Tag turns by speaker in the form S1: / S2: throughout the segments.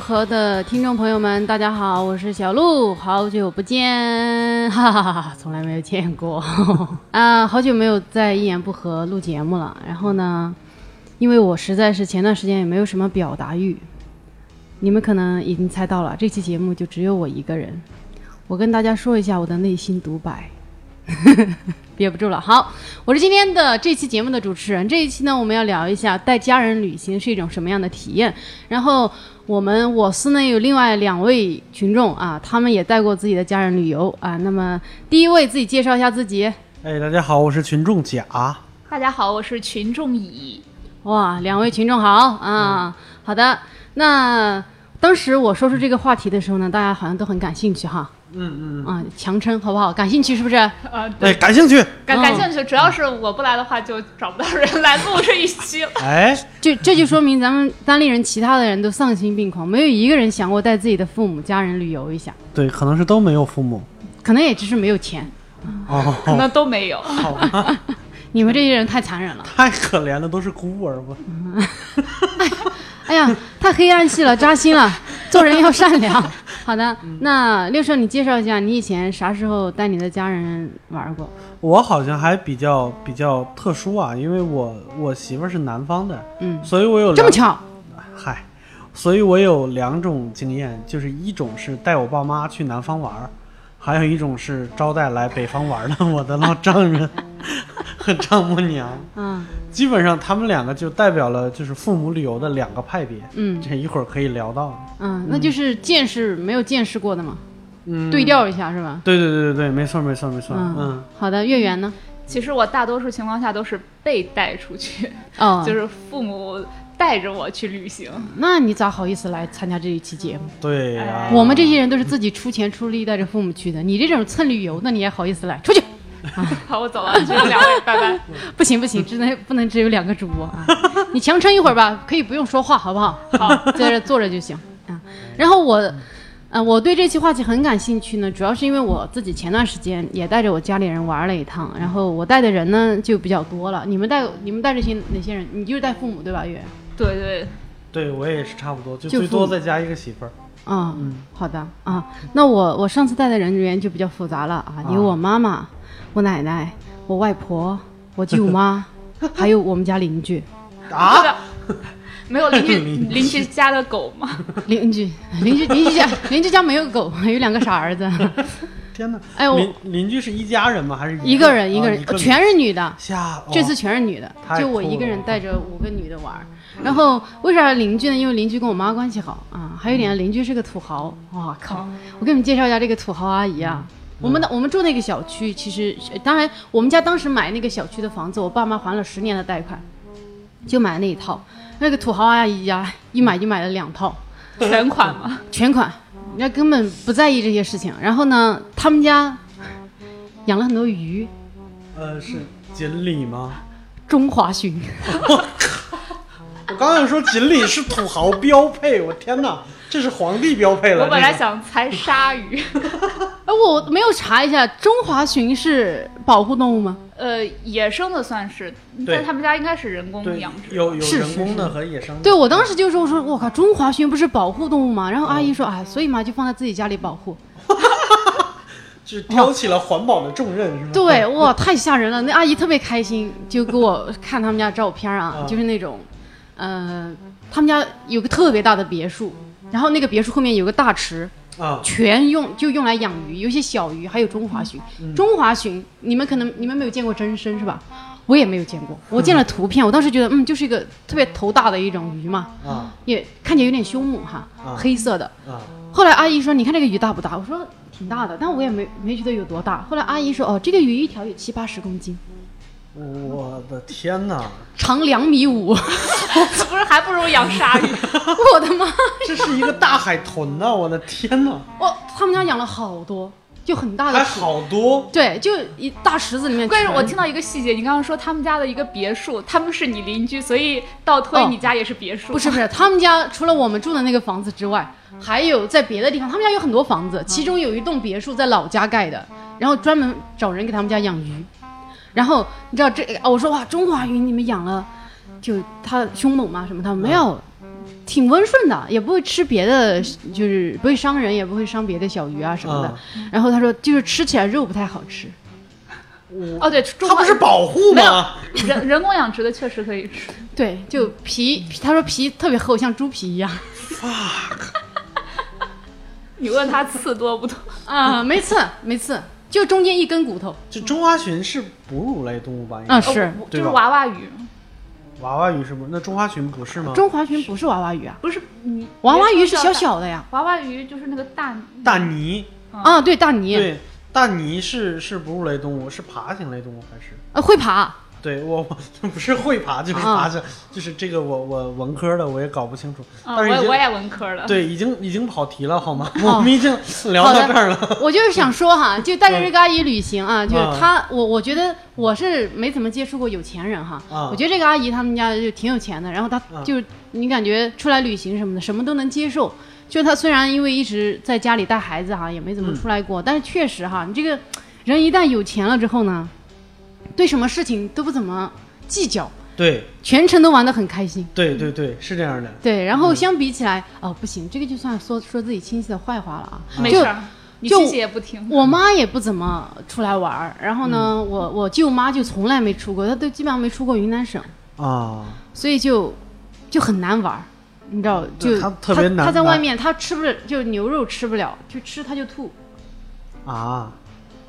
S1: 河的听众朋友们，大家好，我是小鹿，好久不见，哈哈哈哈，从来没有见过啊，好久没有在一言不合录节目了。然后呢，因为我实在是前段时间也没有什么表达欲，你们可能已经猜到了，这期节目就只有我一个人。我跟大家说一下我的内心独白，憋不住了。好，我是今天的这期节目的主持人。这一期呢，我们要聊一下带家人旅行是一种什么样的体验。然后我们我司呢有另外两位群众啊，他们也带过自己的家人旅游啊。那么第一位自己介绍一下自己。
S2: 哎，大家好，我是群众甲。
S1: 哎
S3: 大家好，我是群众乙。
S1: 哇，两位群众好啊！好的，那当时我说出这个话题的时候呢，大家好像都很感兴趣哈。嗯嗯啊，强撑好不好？感兴趣是不是？
S3: 呃，
S2: 哎，
S3: 对，
S2: 感兴趣？
S3: 感
S1: 嗯
S3: 感兴趣，主要是我不来的话，就找不到人来录这一 期哦了。
S2: 哎，
S1: 这这就说明咱们单立人其他的人都丧心病狂，没有一个人想过带自己的父母家人旅游一下，
S2: 对，可能是都没有父母
S1: 可能也只是没有钱。
S2: 哦，
S3: 可能都没有，
S2: 好吧，
S1: 你们这些人太残忍了！
S2: 太可怜了，都是孤儿吧？
S1: 哎呀，太黑暗系了，扎心了。做人要善良。好的，那六少，你介绍一下，你以前啥时候带你的家人玩过？
S2: 我好像还比较比较特殊啊，因为我我媳妇儿是南方的，
S1: 嗯，
S2: 所以我有
S1: 这么
S2: 两
S1: 巧，
S2: 嗨，所以我有两种经验，就是一种是带我爸妈去南方玩儿，还有一种是招待来北方玩儿的我的老丈人 和丈母娘。
S1: 嗯
S2: 基本上他们两个就代表了就是父母旅游的两个派别，
S1: 嗯
S2: 这一会儿可以聊到。
S1: 嗯，那就是见识没有见识过的嘛，
S2: 嗯，
S1: 对调一下是吧？
S2: 对对对对对，没错没错没错，
S1: 嗯
S2: 嗯，
S1: 好的，月圆呢？
S3: 其实我大多数情况下都是被带出去，
S1: 哦，
S3: 就是父母带着我去旅行。
S1: 那你咋好意思来参加这一期节目？
S2: 对呀、
S3: 哎
S1: 我们这些人都是自己出钱出力带着父母去的，你这种蹭旅游的，你也好意思来？出去！
S3: 好，我走了，就两位，拜 拜。
S1: 不行不行，只能不能只有两个主播啊！你强撑一会儿吧，可以不用说话，好不好？
S3: 好，
S1: 在这坐着就行啊。然后我，呃，我对这期话题很感兴趣呢，主要是因为我自己前段时间也带着我家里人玩了一趟，然后我带的人呢就比较多了。你们带你们带这些哪些人？你就是带父母对吧？月
S3: 对对，
S2: 对我也是差不多，就
S1: 就
S2: 最多
S1: 父母
S2: 再加一个媳妇儿。
S1: 啊，好的啊。那我我上次带的人员就比较复杂了啊，有我妈妈、我奶奶、我外婆、我舅妈， 还有我们家邻居。哎
S2: 啊
S3: 是的，没有邻居
S2: 邻居
S3: 邻居家的狗 吗？
S1: 邻居，邻居，邻居家，邻居家没有狗，有两个傻儿子，
S2: 天哪！
S1: 哎我
S2: 邻邻居是一家人吗？还是
S1: 一个人
S2: 一
S1: 一个
S2: 啊
S1: 人
S2: 一，个
S1: 全是女的。
S2: 下、哦、
S1: 这次全是女的，
S2: 太
S1: 就我
S2: 酷
S1: 一个
S2: 了
S1: 人带着五个女的玩儿。然后为啥邻居呢？因为邻居跟我妈关系好啊。还有一点，邻居是个土豪。哇
S2: 哦
S1: 靠！我给你们介绍一下这个土豪阿姨啊。
S2: 嗯
S1: 我们的我们住那个小区，其实呃当然我们家当时买那个小区的房子，我爸妈还了十年的贷款，就买那一套。那个土豪阿姨呀、一买就买了两套。
S3: 全款吗？
S1: 全款，人家根本不在意这些事情。然后呢，他们家养了很多鱼，
S2: 呃是锦鲤吗？
S1: 中华鲟。
S2: 我刚想说锦鲤是土豪标配，我天哪，这是皇帝标配了。
S3: 我本来
S2: 这个
S3: 想猜鲨 鱼，
S1: 哎，我没有查一下，中华鲟是保护动物吗？
S3: 呃，野生的算是，
S2: 对
S3: 在他们家应该是人工
S2: 对
S3: 养 殖。
S2: 有有
S1: 是
S2: 人
S1: 是
S2: 工的
S1: 是
S2: 和野生的。
S1: 对，我当时就说，我说我靠，中华鲟不是保护动物吗？然后阿姨说，哎，所以嘛，就放在自己家里保护。
S2: 就是挑起了环保的重任，是吗？
S1: 对，哇，太吓人了！那阿姨特别开心，就给我看他们家照片啊，
S2: 嗯
S1: 就是那种，呃，他们家有个特别大的别墅，然后那个别墅后面有个大池，
S2: 啊，
S1: 全用就用来养鱼，有些小鱼，还有中华鲟。中华鲟，你们可能你们没有见过真身是吧？我也没有见过，我见了图片，我当时觉得，嗯，就是一个特别头大的一种鱼嘛，
S2: 啊
S1: 也看起来有点凶猛哈，
S2: 啊
S1: 黑色的。
S2: 啊，
S1: 后来阿姨说：“你看这个鱼大不大？”我说：“挺大的，但我也没没觉得有多大。”后来阿姨说：“哦，这个鱼一条有七八十公斤，
S2: 我的天哪，
S1: 长两米五。
S3: 不是还不如养鲨鱼？”
S1: 我的妈！
S2: 这是一个大海豚呐、我的天哪，
S1: 哦，他们家养了好多，就很大
S2: 还
S1: 的池，
S2: 好多。
S1: 对，就一大池子里面全。
S3: 关键是我听到一个细节，你刚刚说他们家的一个别墅，他们是你邻居，所以倒推
S1: 哦
S3: 你家也是别墅。
S1: 不是 不是，他们家除了我们住的那个房子之外，还有在别的地方，他们家有很多房子，其中有一栋别墅在老家盖的，然后专门找人给他们家养鱼。然后你知道这，哦我说哇，中华鱼你们养了，就它凶猛吗？什么？他们没有，挺温顺的，也不会吃别的，就是不会伤人，也不会伤别的小鱼啊什么的。然后他说，就是吃起来肉不太好吃，
S3: 哦，对，中
S2: 它不是保护
S3: 没
S2: 吗？
S3: 是人人工养殖的确实可以吃，
S1: 对，就皮，他说皮特别厚，像猪皮一样
S3: 你问他刺多不多？
S1: 啊，没刺没刺，就中间一根骨头。
S2: 就中华鲟是哺乳类动物吧？应该
S1: 嗯，
S3: 哦
S1: 是
S3: 我就
S2: 对
S3: 是
S2: 吧
S3: 娃娃鱼，
S2: 娃娃鱼是不是？那中华鲟不是吗？
S1: 中华鲟不是娃娃鱼啊，
S3: 不是你
S2: 嗯
S1: 娃娃鱼
S3: 别
S1: 是
S3: 说
S1: 小
S3: 叫
S1: 小的呀。
S3: 大娃娃鱼，就是那个大
S2: 大鲵，
S1: 啊，对，大鲵，
S2: 嗯对，大鲵是是哺乳类动物，是爬行类动物还是？
S1: 呃，会 爬。
S2: 对我我不是会爬，就是爬行，就是这个我我文科的我也搞不清楚，
S3: 嗯，
S2: 但
S3: 我
S2: 是已
S3: 也
S2: 经
S3: 我也文科了。
S2: 对已经已经跑题了好吗？
S1: 哦
S2: 我们已经聊
S1: 好的
S2: 到这儿了，
S1: 我就是想说哈，就带着这个阿姨旅行啊，就是
S2: 嗯
S1: 她，我我觉得我是没怎么接触过有钱人哈，
S2: 嗯
S1: 我觉得这个阿姨他们家就挺有钱的，然后她
S2: 嗯
S1: 就是你感觉出来旅行什么的，什么都能接受。就她虽然因为一直在家里带孩子哈，也没怎么
S2: 嗯
S1: 出来过，但是确实哈，你这个人一旦有钱了之后呢，对什么事情都不怎么计较，
S2: 对
S1: 全程都玩得很开心。
S2: 对对对，是这样的，
S1: 对，然
S2: 嗯
S1: 后相比起来，哦，不行，这个就算说说自己亲戚的坏话了啊。
S3: 没
S1: 就
S3: 事儿，你
S1: 就
S3: 亲戚也不听。
S1: 我妈也不怎么出来玩儿，然后呢，
S2: 嗯
S1: 我我舅妈就从来没出过，她都基本上没出过云南省，
S2: 啊，
S1: 所以就就很难玩儿，你知道，
S2: 对
S1: 就
S2: 她特别难
S1: 她在
S2: 拿
S1: 外面她吃不了，就牛肉吃不了，就吃她就吐，
S2: 啊，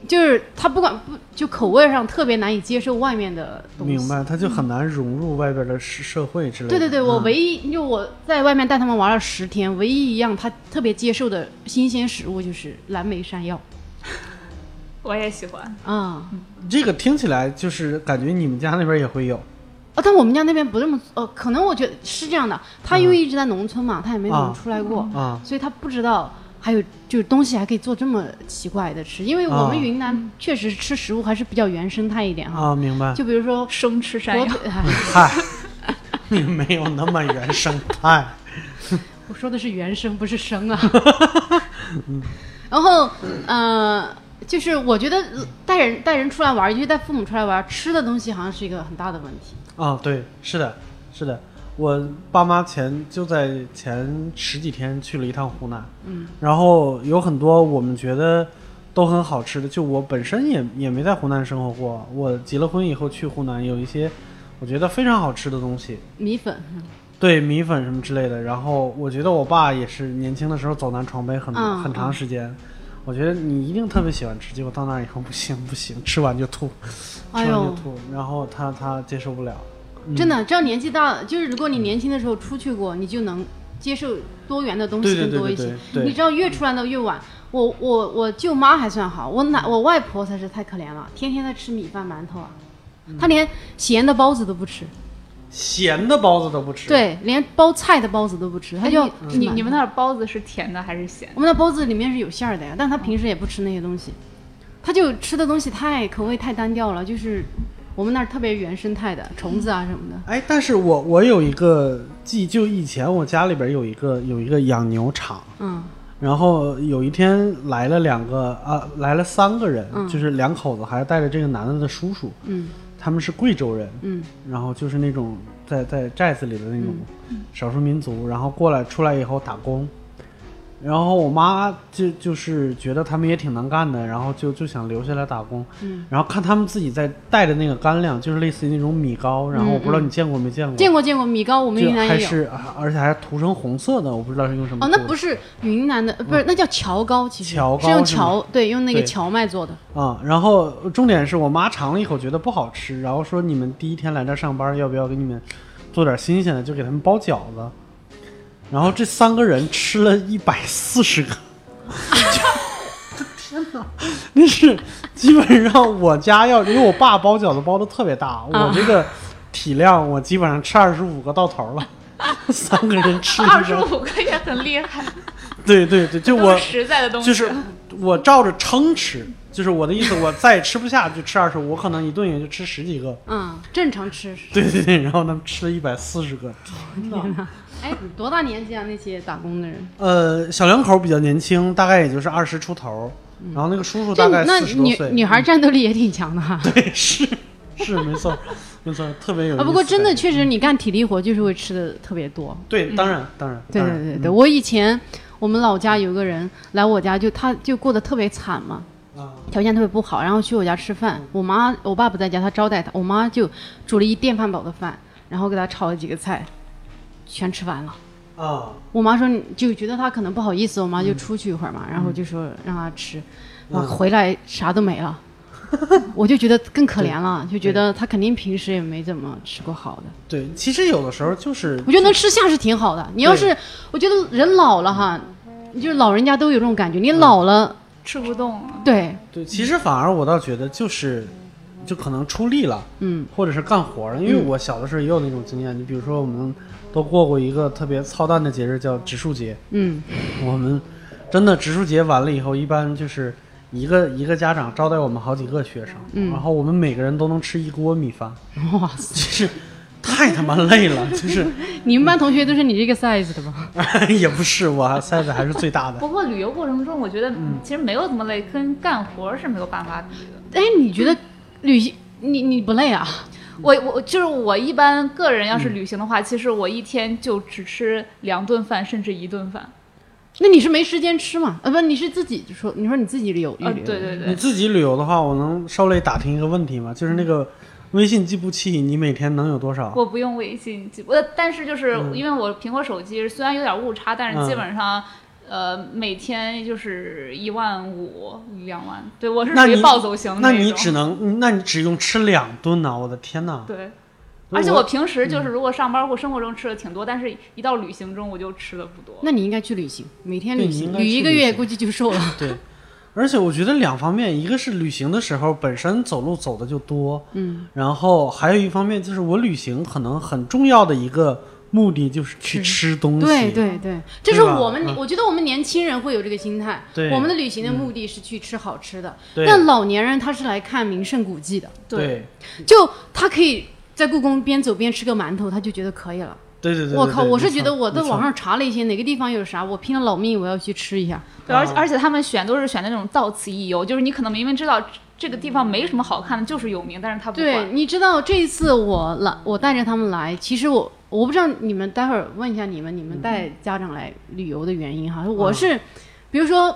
S1: 就是她不管不就口味上特别难以接受外面的东西。
S2: 明白，它就很难融入外边的社社会之类的。
S1: 对对对，我
S2: 嗯
S1: 唯一就我在外面带他们玩了十天，唯一一样她特别接受的新鲜食物就是蓝莓山药
S3: 我也喜欢，
S2: 嗯
S1: 啊、
S2: 这个听起来就是感觉你们家那边也会有
S1: 哦，但我们家那边不这么，呃，可能我觉得是这样的，他因为一直在农村嘛，他也没怎么
S2: 嗯啊
S1: 出来过，
S2: 啊，
S1: 所以他不知道还有就是东西还可以做这么奇怪的吃，因为我
S2: 啊
S1: 们云南确实吃食物还是比较原生态一点哈，
S2: 啊，明白。
S1: 就比如说
S3: 生吃山
S1: 火
S3: 药。
S1: 腿，哎
S2: 嗨，你没有那么原生态。
S1: 我说的是原生，不是生 啊。然后，呃，就是我觉得呃带人带人出来玩儿，尤其带父母出来玩儿，吃的东西好像是一个很大的问题。
S2: 啊，对，是的，是的，我爸妈前就在前十几天去了一趟湖南，嗯，然后有很多我们觉得都很好吃的，就我本身也也没在湖南生活过，我结了婚以后去湖南，有一些我觉得非常好吃的东西，
S1: 米粉，
S2: 对米粉什么之类的。然后我觉得我爸也是年轻的时候走南闯北很、
S1: 嗯
S2: 很长时间。我觉得你一定特别喜欢吃，结果到那儿以后不行不行，吃完就吐，吃
S1: 哎
S2: 完就
S1: 呦，
S2: 吐，然后他他接受不了，嗯
S1: 真的，只要年纪大了，就是如果你年轻的时候出去过，你就能接受多元的东西
S2: 对对
S1: 更
S2: 对
S1: 多一
S2: 对
S1: 些。
S2: 对对，
S1: 你知道越出来的越晚。我我我舅妈还算好，我
S2: 嗯
S1: 奶我外婆才是太可怜了，天天在吃米饭馒头啊，她连咸的包子都不吃，
S2: 咸的包子都不吃。，
S1: 对，连包菜的包子都不吃，她
S3: 哎
S1: 就要
S3: 你
S1: 吃
S3: 你
S1: 馒
S2: 嗯
S3: 你们
S1: 头
S3: 那儿包子是甜的还是咸的？
S1: 我们那包子里面是有馅儿的呀，但她平时也不吃那些东西，她就吃的东西太口味太单调了，就是我们那儿特别原生态的虫子啊什么的，
S2: 哎，但是我我有一个记，就以前我家里边有一个有一个养牛场，
S1: 嗯
S2: 然后有一天来了两个啊，来了三个人，
S1: 嗯
S2: 就是两口子，还带着这个男的的叔叔，
S1: 嗯
S2: 他们是贵州人，
S1: 嗯
S2: 然后就是那种在在寨子里的那种
S1: 嗯
S2: 少数民族，然后过来出来以后打工。然后我妈就就是觉得他们也挺能干的，然后就就想留下来打工。
S1: 嗯，
S2: 然后看他们自己在带的那个干粮，就是类似于那种米糕，然后我不知道你见过没见过，
S1: 嗯见过见过米糕，我们
S2: 就
S1: 云南
S2: 还
S1: 也有。
S2: 是啊而且还涂成红色的，我不知道是用什么
S1: 哦，
S2: 做的。
S1: 那不是云南的，呃不是，那叫荞糕，其实
S2: 嗯荞糕
S1: 是用
S2: 是吗
S1: 荞，对，用那个
S2: 对
S1: 荞麦做的。
S2: 啊、然后重点是我妈尝了一口觉得不好吃，然后说你们第一天来这儿上班，要不要给你们做点新鲜的，就给他们包饺子。然后这三个人吃了一百四十个，就天哪！那是基本上我家要，因为我爸包饺子包的特别大，我这个体量我基本上吃二十五个到头了，三个人吃一
S3: 二十
S2: 个，
S3: 五个也很厉害，
S2: 对对对，就
S3: 都是
S2: 我
S3: 实在的东西。
S2: 就是我照着撑吃，就是我的意思，我再也吃不下就吃二十五，我可能一顿也就吃十几个。
S1: 嗯，正常吃。
S2: 对对对，然后他们吃了一百四十个。
S1: 哎，多大年纪啊？那些打工的人，
S2: 呃，小两口比较年轻，大概也就是二十出头，然后那个叔叔
S1: 这
S2: 大概
S1: 嗯那
S2: 四十多
S1: 女
S2: 岁。
S1: 女孩战斗力也挺强的哈。
S2: 对是，是没错，没错，特别有意思。
S1: 啊，不过真的确实，你干体力活就是会吃的特别多。
S2: 对，当然当然，
S1: 对
S2: 当
S1: 对
S2: 然嗯
S1: 对对，我以前我们老家有个人来我家就，他就过得特别惨嘛，
S2: 啊，
S1: 条件特别不好，然后去我家吃饭，我妈我爸不在家，他招待他，我妈就煮了一电饭煲的饭，然后给他炒了几个菜，全吃完了。
S2: 啊，
S1: 我妈说你就觉得他可能不好意思，我妈就出去一会儿嘛，然后就说让他吃，我
S2: 嗯
S1: 回来啥都没了， 我就觉得更可怜了，就觉得他肯定平时也没怎么吃过好的。
S2: 对，其实有的时候就是
S1: 我觉得能吃下是挺好的。你要是我觉得人老了哈，就是老人家都有这种感觉，你老了，
S3: 吃不动啊了。
S1: 对，
S2: 对，其实反而我倒觉得就是，就可能出力了，
S1: 嗯，
S2: 或者是干活儿了。因为我小的时候也有那种经验，你比如说我们都过过一个特别操蛋的节日，叫植树节。
S1: 嗯
S2: 我们真的植树节完了以后，一般就是一个一个家长招待我们好几个学生，
S1: 嗯
S2: 然后我们每个人都能吃一锅米饭，
S1: 哇塞，
S2: 就是太他妈累了， 就是、
S1: 你们班同学都是你这个 size 的吧？
S2: 也不是我塞子还是 最大的。
S3: 不过旅游过程中，我觉得
S2: 嗯
S3: 其实没有这么累，跟干活是没有办法比的。
S1: 哎，你觉得旅行你你不累啊？
S3: 我我就是我一般个人要是
S2: 嗯
S3: 旅行的话，其实我一天就只吃两顿饭，甚至一顿饭。
S1: 那你是没时间吃嘛？呃，不，你是自己就说，你说你自己旅游旅
S3: 啊，
S1: 游，
S3: 对对
S2: 你
S3: 对，
S2: 自己旅游的话，我能稍微打听一个问题吗？就是那个微信计步器，你每天能有多少？
S3: 我不用微信，我但是就是
S2: 嗯
S3: 因为我苹果手机虽然有点误差，但是基本上。呃，每天就是一万五、两万，对我是
S2: 那
S3: 属于
S2: 你
S3: 暴走型的
S2: 那
S3: 种。
S2: 你只能，那你只用吃两顿呐、我的 天呐！
S3: 对，而且我平时
S2: 嗯
S3: 就是如果上班或生活中吃的挺多，但是一到旅行中我就吃的不多。
S1: 那你应该去旅行，每天
S2: 对
S1: 旅
S2: 你应
S1: 行，
S2: 该
S1: 旅
S2: 去
S1: 一个
S2: 旅
S1: 月
S2: 行
S1: 估计就瘦 了。
S2: 对，而且我觉得两方面，一个是旅行的时候本身走路走的就多，
S1: 嗯，
S2: 然后还有一方面就是我旅行可能很重要的一个目的就是去吃东西。
S1: 对对对，这
S2: 对
S1: 是
S2: 吧
S1: 我们，
S2: 嗯
S1: 我觉得我们年轻人会有这个心态。
S2: 对
S1: 我们的旅行的目的是去吃好吃的，
S2: 对
S1: 但老年人他是来看名胜古迹的，
S3: 对，
S2: 对
S1: 就他可以在故宫边走边吃个馒头，他就觉得可以了。
S2: 对对对，
S1: 我靠，
S2: 对
S1: 我是
S2: 没
S1: 觉得
S2: 错
S1: 我在
S2: 没
S1: 网
S2: 错
S1: 上查了一些哪个地方有啥，我拼了老命我要去吃一下。
S3: 对，而
S2: 啊
S3: 而且他们选都是选那种到此一游，就是你可能明明知道这个地方没什么好看的，就是有名，但是他不
S1: 对，
S3: 管。
S1: 你知道这一次我来，我带着他们来，其实我我不知道你们待会儿问一下你们，你们带
S3: 嗯
S1: 家长来旅游的原因哈，我是，比如说。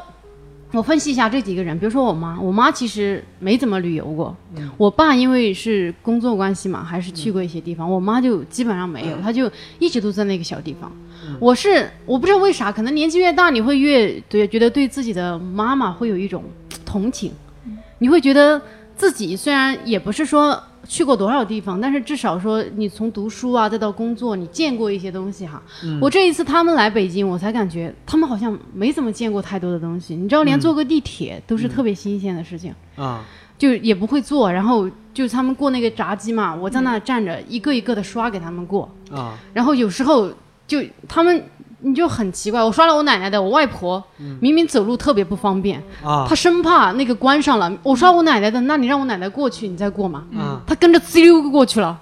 S1: 我分析一下这几个人，比如说我妈，我妈其实没怎么旅游过，
S3: 嗯
S1: 我爸因为是工作关系嘛，还是去过一些地方，我妈就基本上
S3: 嗯
S1: 没有，她就一直都在那个小地方。我是我不知道为啥，可能年纪越大，你会越对觉得对自己的妈妈会有一种同情，
S3: 嗯
S1: 你会觉得自己虽然也不是说去过多少地方，但是至少说你从读书啊，再到工作，你见过一些东西哈。我这一次他们来北京，我才感觉他们好像没怎么见过太多的东西，你知道，连坐个地铁都是特别新鲜的事情，
S2: 啊，
S1: 就也不会坐，然后就他们过那个闸机嘛，我在那站着，一个一个的刷给他们过，
S2: 啊，
S1: 然后有时候就他们。你就很奇怪，我刷了我奶奶的，我外婆、明明走路特别不方便，
S2: 嗯啊
S1: 她生怕那个关上了。我刷我奶奶的，那你让我奶奶过去，你再过嘛。
S2: 啊，
S1: 他跟着滋溜过去了，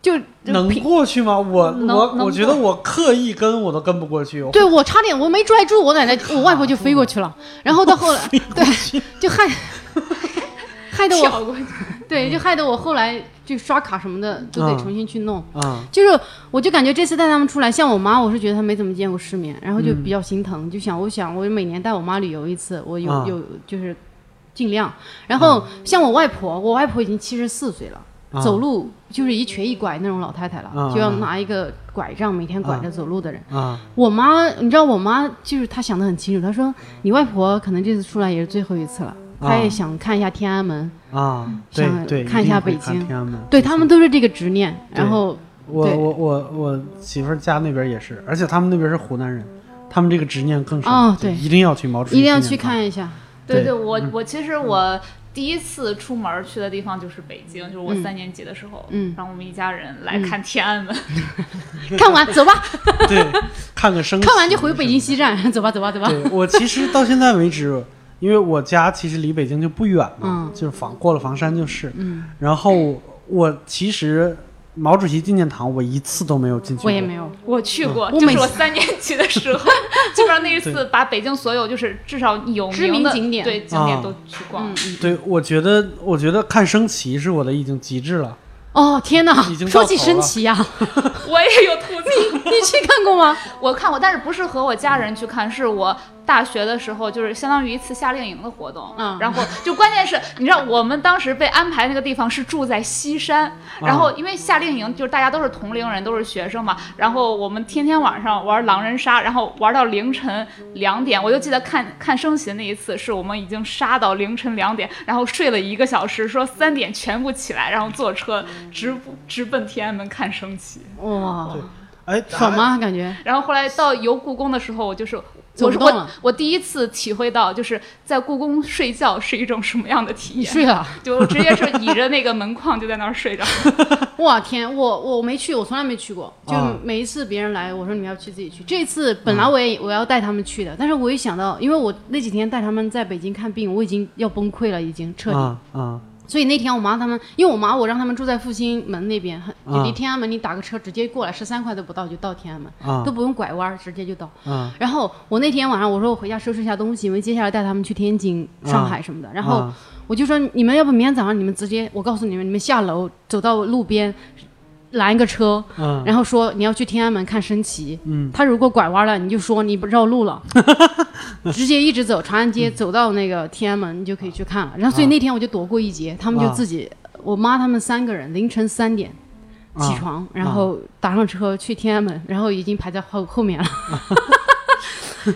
S1: 就就
S2: 能
S1: 平
S2: 过去吗？我
S3: 能
S2: 我
S3: 能
S2: 我觉得我刻意跟我都跟不过去，
S1: 对我差点我没拽住我奶奶，我外婆就飞过去 了，然后到后来对 就害害得我
S3: 跳过去，
S1: 对就害得我后来就刷卡什么的都得
S2: 嗯
S1: 重新去弄。
S2: 啊，
S1: 就是，我就感觉这次带他们出来，像我妈，我是觉得她没怎么见过世面，然后
S2: 嗯
S1: 就比较心疼，就想，我想我每年带我妈旅游一次，我有、
S2: 啊
S1: 有就是尽量。然后像我外婆，我外婆已经七十四岁了，
S2: 啊
S1: 走路就是一瘸一拐那种老太太了，
S2: 啊
S1: 就要
S2: 啊啊
S1: 拿一个拐杖每天拐着走路的人。
S2: 啊
S1: 我妈，你知道我妈就是她想得很清楚，她说你外婆可能这次出来也是最后一次了，她
S2: 啊
S1: 也想看一下天安门，
S2: 啊，对
S1: 想
S2: 对，
S1: 看一
S2: 定
S1: 下
S2: 会
S1: 北京
S2: 天安门。
S1: 对他们都是这个执念。
S2: 对
S1: 然后
S2: 我
S1: 对
S2: 我我我媳妇儿家那边也是，而且他们那边是湖南人，他们这个执念更深。
S1: 哦对
S2: 一定要去毛主席，
S1: 一定要去。看一下。
S3: 对
S2: 对
S3: 对，我
S1: 嗯
S3: 我其实我第一次出门去的地方就是北京，就是我三年级的时候，
S1: 嗯
S3: 然后我们一家人来看天安门，
S1: 看完走吧，
S2: 对，看个升旗。
S1: 看完就回北京西站，走吧走吧走吧。
S2: 对我其实到现在为止，因为我家其实离北京就不远
S1: 嗯
S2: 嘛，就是房过了房山就是。
S1: 嗯
S2: 然后我其实毛主席纪念堂，我一次都没有进去过。
S1: 我也没有，
S3: 我去过，
S1: 嗯我
S3: 就
S1: 每
S3: 是
S1: 次
S3: 我三年级的时 候，基本上那一次把北京所有就是至少有
S1: 知名
S3: 的
S1: 景点嗯
S3: 对景点
S2: 啊
S3: 都去逛。
S2: 对，我觉得，我觉得看升旗是我的已经极致了。
S1: 哦天哪
S2: 已！经到
S1: 说起
S2: 头
S1: 升
S2: 了
S1: 旗 呀、
S3: 我也有吐槽，
S1: 你去看过吗？
S3: 我看过，但是不是和我家人去看，是我大学的时候，就是相当于一次夏令营的活动。
S1: 嗯
S3: 然后就关键是，你知道我们当时被安排那个地方是住在西山，然后因为夏令营就是大家都是同龄人，都是学生嘛，然后我们天天晚上玩狼人杀，然后玩到凌晨两点，我就记得看看升旗那一次，是我们已经杀到凌晨两点，然后睡了一个小时，说三点全部起来，然后坐车直直奔天安门看升旗。
S1: 哇，
S2: 哎，
S1: 爽吗？感觉
S3: 然后后来到游故宫的时候，我就是。
S1: 走不
S3: 我是
S1: 动
S3: 我
S1: 了，
S3: 我第一次体会到，就是在故宫睡觉是一种什么样的体
S1: 你
S3: 验，
S1: 睡了？
S3: 就直接是倚着那个门框就在那儿睡着。
S1: 哇天，我我没去，我从来没去过。就
S2: 啊
S1: 每一次别人来，我说你们要去自己去。这次本来我也、
S2: 嗯
S1: 我要带他们去的，但是我一想到，因为我那几天带他们在北京看病，我已经要崩溃了，已经彻底。
S2: 啊啊
S1: 所以那天我妈他们，因为我妈我让他们住在复兴门那边，很就离
S2: 啊
S1: 天安门你打个车直接过来，十三块都不到就到天安门，
S2: 啊
S1: 都不用拐弯儿，直接就到。
S2: 啊！
S1: 然后我那天晚上我说我回家收拾一下东西，因为接下来带他们去天津、上海什么的。然后
S2: 啊
S1: 我就说你们要不明天早上你们直接，我告诉你们，你们下楼走到路边拦一个车，
S2: 嗯
S1: 然后说你要去天安门看升旗。
S2: 嗯
S1: 他如果拐弯了，你就说你绕路 了，直接一直走长安
S2: 嗯
S1: 街，走到那个天安门，你就可以去看了。然后所以那天我就躲过一劫，他们就
S2: 啊
S1: 自己，我妈他们三个人凌晨三点
S2: 啊
S1: 起床，然后打上车去天安门，然后已经排在后后面了。
S2: 啊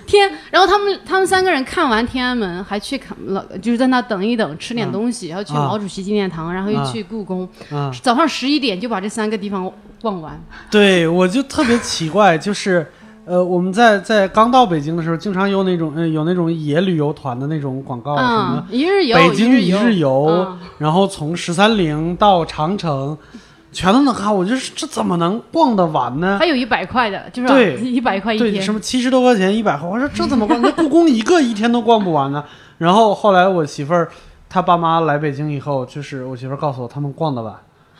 S1: 天，然后他们他们三个人看完天安门，还去看了，就是在那等一等，吃点东西，然后去
S2: 啊
S1: 毛主席纪念堂，然后又去故宫。
S2: 啊，
S1: 早上十一点就把这三个地方逛完。
S2: 对，我就特别奇怪，就是。呃，我们在在刚到北京的时候，经常有那种，嗯、有那种野旅游团的那种广告什么的，
S1: 嗯，一日游，
S2: 北京
S1: 一
S2: 一日游，
S1: 嗯
S2: 然后从十三陵到长城，全都能看。我就是这怎么能逛得完呢？
S1: 还有一百块的，就是
S2: 对
S1: 一百块一
S2: 对，什
S1: 天。
S2: 么七十多块钱一百块，我说这怎么逛？那故宫一个一天都逛不完呢。 然后后来我媳妇儿她爸妈来北京以后，就是我媳妇儿告诉我他们逛得完，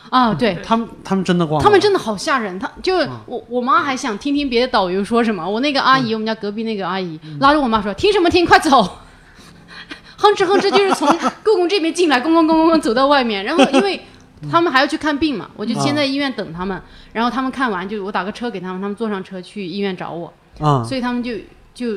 S1: 啊，对。
S2: 他们他们真的逛得完，
S1: 他们真的好吓人，他就是
S2: 嗯
S1: 我，我妈还想听听别的导游说什么。我那个阿姨，我们家隔壁那个阿姨
S2: 嗯
S1: 拉着我妈说：“听什么听，快走！” 哼哧哼哧，就是 从故宫这边进来，咣咣咣咣咣走到外面。然后因为
S2: 嗯
S1: 他们还要去看病嘛，我就先
S2: 啊
S1: 在医院等他们，然后他们看完就我打个车给他们，他们坐上车去医院找我，
S2: 啊、
S1: 所以他们就就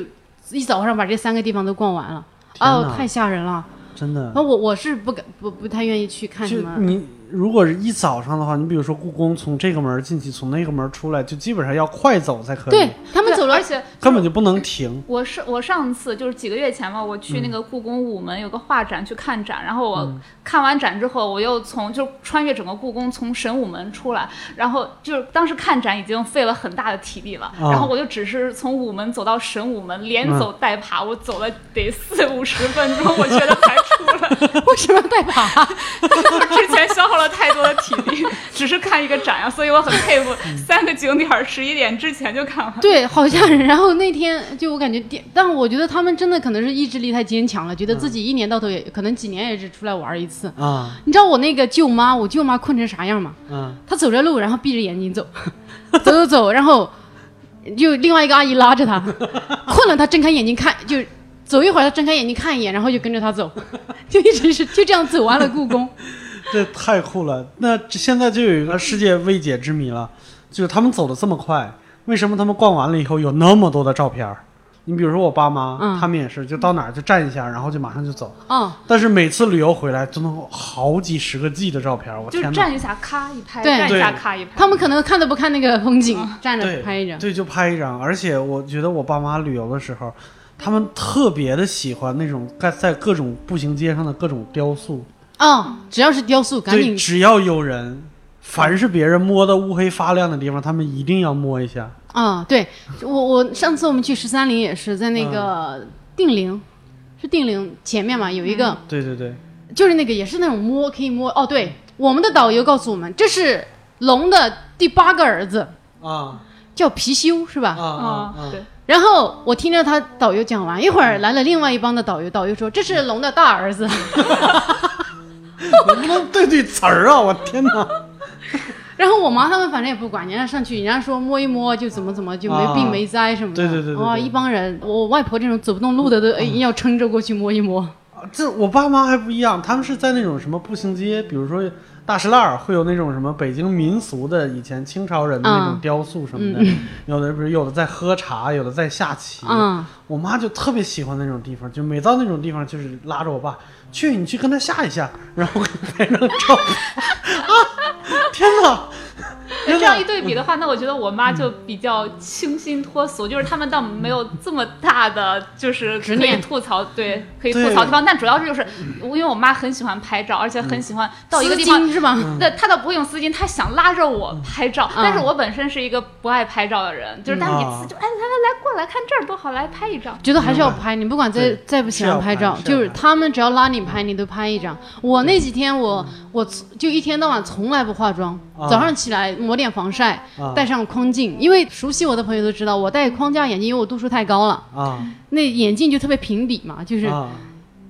S1: 一早上把这三个地方都逛完了。
S2: 天
S1: 哦
S2: 哪，
S1: 太吓人了！
S2: 真的。
S1: 啊那我我是不敢不不太愿意去嗯看什
S2: 就
S1: 么。
S2: 你如果是一早上的话，你比如说故宫从这个门进去，从那个门出来，就基本上要快走才可以，
S1: 对他们
S3: 对
S1: 走了
S3: 而，且
S2: 根本就不能停。
S3: 我是我上次就是几个月前吧，我
S2: 嗯
S3: 去那个故宫午门有个画展去看展，然后我看完展之后，我又从就穿越整个故宫从神武门出来，然后就是当时看展已经费了很大的体力了，
S2: 啊嗯
S3: 然后我就只是从午门走到神武门，连走带爬，我走了得四五十分钟，我觉得才出来，
S1: 为什么要带啊爬？
S3: 之前消耗了太多的体力，只是看一个展啊，所以我很佩服
S2: 嗯
S3: 三个景点十一点之前就看完。
S1: 对，好吓人。然后那天就我感觉电，但我觉得他们真的可能是意志力太坚强了，觉得自己一年到头也、可能几年也只出来玩一次。
S2: 啊
S1: 你知道我那个舅妈，我舅妈困成啥样吗？
S2: 啊
S1: 她走着路，然后闭着眼睛走， 走走走，然后就另外一个阿姨拉着她，困了她睁开眼睛看，就走一会儿，她睁开眼睛看一眼，然后就跟着她走，就一直是就这样走完了故宫。
S2: 这太酷了！那这现在就有一个世界未解之谜了，就是他们走的这么快，为什么他们逛完了以后有那么多的照片儿？你比如说我爸妈，
S1: 嗯
S2: 他们也是，就到哪儿就站一下，然后就马上就走。
S1: 哦，
S2: 但是每次旅游回来，都能有好几十个 G 的照片儿，我
S3: 就
S2: 天哪！
S3: 站一下，咔一拍；
S1: 对
S3: 站一下，
S2: 对
S3: 咔一拍。
S1: 他们可能看都不看那个风景，站着
S2: 对，
S1: 拍一张。
S2: 对，就拍一张。而且我觉得我爸妈旅游的时候，他们特别的喜欢那种在在各种步行街上的各种雕塑，
S1: 哦，只要是雕塑，赶
S2: 对，
S1: 紧
S2: 只要有人，凡是别人摸的乌黑发亮的地方，他们一定要摸一下。
S1: 啊、对我我上次我们去十三陵也是在那个
S2: 嗯
S1: 定陵，是定陵前面嘛，有一个、
S2: 对对对，
S1: 就是那个也是那种摸可以摸哦，对，我们的导游告诉我们这是龙的第八个儿子
S2: 啊
S1: 叫貔貅是吧？
S2: 啊
S1: 哦
S2: 啊
S3: 嗯，！对，
S1: 然后我听着他导游讲完，一会
S2: 嗯
S1: 儿来了另外一帮的导游，导游说这是龙的大儿子，
S2: 能不能对对词儿啊？我天哪！
S1: 然后我妈他们反正也不管，人家上去人家说摸一摸就怎么怎么就没病
S2: 啊
S1: 没灾什么的。
S2: 对对对对啊对
S1: 哇，一帮人，我外婆这种走不动路的都哎硬要撑着过去摸一摸。
S2: 啊这我爸妈还不一样，他们是在那种什么步行街，比如说大石烂儿，会有那种什么北京民俗的以前清朝人的
S1: 嗯
S2: 那种雕塑什么的，有的不是有的在喝茶，有的在下棋。
S1: 嗯，
S2: 我妈就特别喜欢那种地方，就每到那种地方，就是拉着我爸去，你去跟他下一下，然后 给他拍张照片。啊，天哪！
S3: 这
S2: 真
S3: 样一
S2: 的，
S3: 对比的话，那我觉得我
S1: 嗯
S3: 妈就比较清新脱俗，就是他们倒没有这么大的就是可
S1: 执
S3: 以
S1: 念嗯
S3: 吐槽，对，可以吐
S2: 对
S3: 槽的地方。但主要是就是因为我妈很喜欢拍照，而且很喜欢到一个地
S1: 嗯丝
S3: 方。
S1: 巾是吧？
S2: 嗯
S3: 那她倒不会用丝巾，她想拉着我拍照，
S1: 嗯
S3: 但是我本身是一个不爱拍照的人，就是但是你
S2: 啊
S3: 就哎来来来过来看这儿多好，来拍一张。
S1: 觉得还是要拍，你不管再
S2: 对
S1: 再不喜欢拍照，
S2: 是要拍嗯
S1: 就是
S2: 是要拍
S1: 他们只要拉你拍，你都拍一张。我那几天我我就一天到晚从来不化妆，
S2: 啊
S1: 早上起来抹点防晒，
S2: 啊
S1: 戴上框镜，因为熟悉我的朋友都知道，我戴框架眼镜，因为我度数太高了，
S2: 啊，
S1: 那眼镜就特别平底嘛，就是
S2: 啊，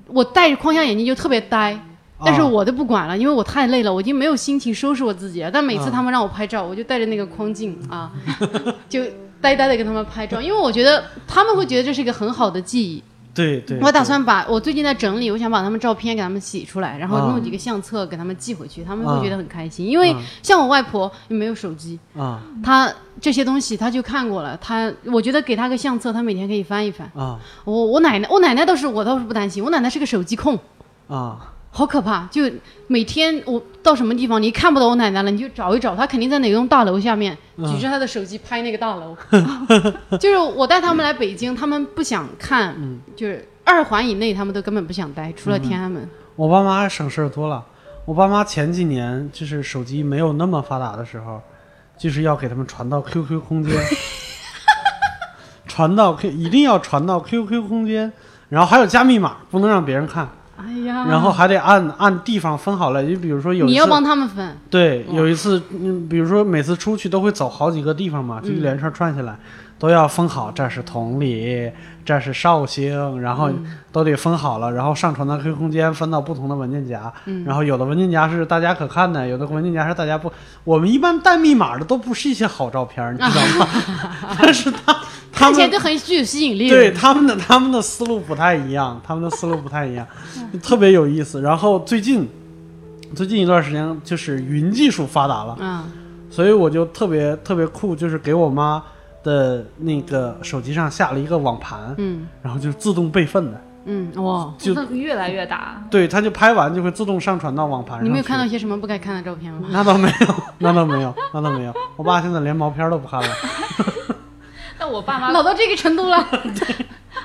S1: 我戴着框架眼镜就特别呆。但是我都不管了，因为我太累了，我已经没有心情收拾我自己了。但每次
S2: 啊
S1: 他们让我拍照，我就戴着那个框镜啊， 就呆呆的跟他们拍照，因为我觉得他们会觉得这是一个很好的记忆。
S2: 对对，
S1: 我打
S2: 对
S1: 算把我最近在整理，我想把他们照片给他们洗出来，然后
S2: 啊
S1: 弄几个相册给他们寄回去，他们会
S2: 啊
S1: 觉得很开心。因为
S2: 啊
S1: 像我外婆也没有手机，
S2: 啊
S1: 她这些东西她就看过了，她我觉得给她个相册，她每天可以翻一翻。
S2: 啊
S1: 我我奶奶，我奶奶倒是我倒是不担心，我奶奶是个手机控。
S2: 啊
S1: 好可怕！就每天我到什么地方，你看不到我奶奶了，你就找一找，她肯定在哪栋大楼下面，
S2: 嗯
S1: 举着她的手机拍那个大 楼。就是我带他们来北京，他们不想看，
S2: 嗯
S1: 就是二环以内他们都根本不想待，除了天安门。
S2: 我爸妈省事儿多了。我爸妈前几年就是手机没有那么发达的时候，就是要给他们传到 QQ 空间， 传到 Q 一定要传到 QQ 空间，然后还有加密码，不能让别人看，
S1: 哎呀，
S2: 嗯然后还得按按地方分好了。就比如说有一
S1: 你
S2: 次
S1: 要帮他们分，
S2: 对，有一次，嗯，比如说每次出去都会走好几个地方嘛，就一
S1: 嗯
S2: 连串串下来，都要封好，这是同里，这是绍兴，然
S1: 嗯
S2: 后都得封好了，然后上传到 QQ 空间，分到不同的文件夹，
S1: 嗯
S2: 然后有的文件夹是大家可看的，有的文件夹是大家不，我们一般带密码的都不是一些好照片儿，你知道 吗？但是他他
S1: 看起来
S2: 们
S1: 就很具有吸引力。
S2: 对，他们的他们的思路不太一样，他们的思路不太一样，特别有意思。然后最近最近一段时间，就是云技术发达了，
S1: 嗯
S2: 所以我就特别特别酷，就是给我妈的那个手机上下了一个网盘，
S1: 嗯
S2: 然后就自动备份的，
S1: 嗯，哇，
S2: 就
S3: 那越来 越大，
S2: 对，它就拍完就会自动上传到网盘上。
S1: 你没有看到？一些什么不该看的照片吗？
S2: 那倒没有，那倒没有，那倒没有。我爸现在连毛片儿都不看了。
S3: 但我爸妈
S1: 老到这个程度 了，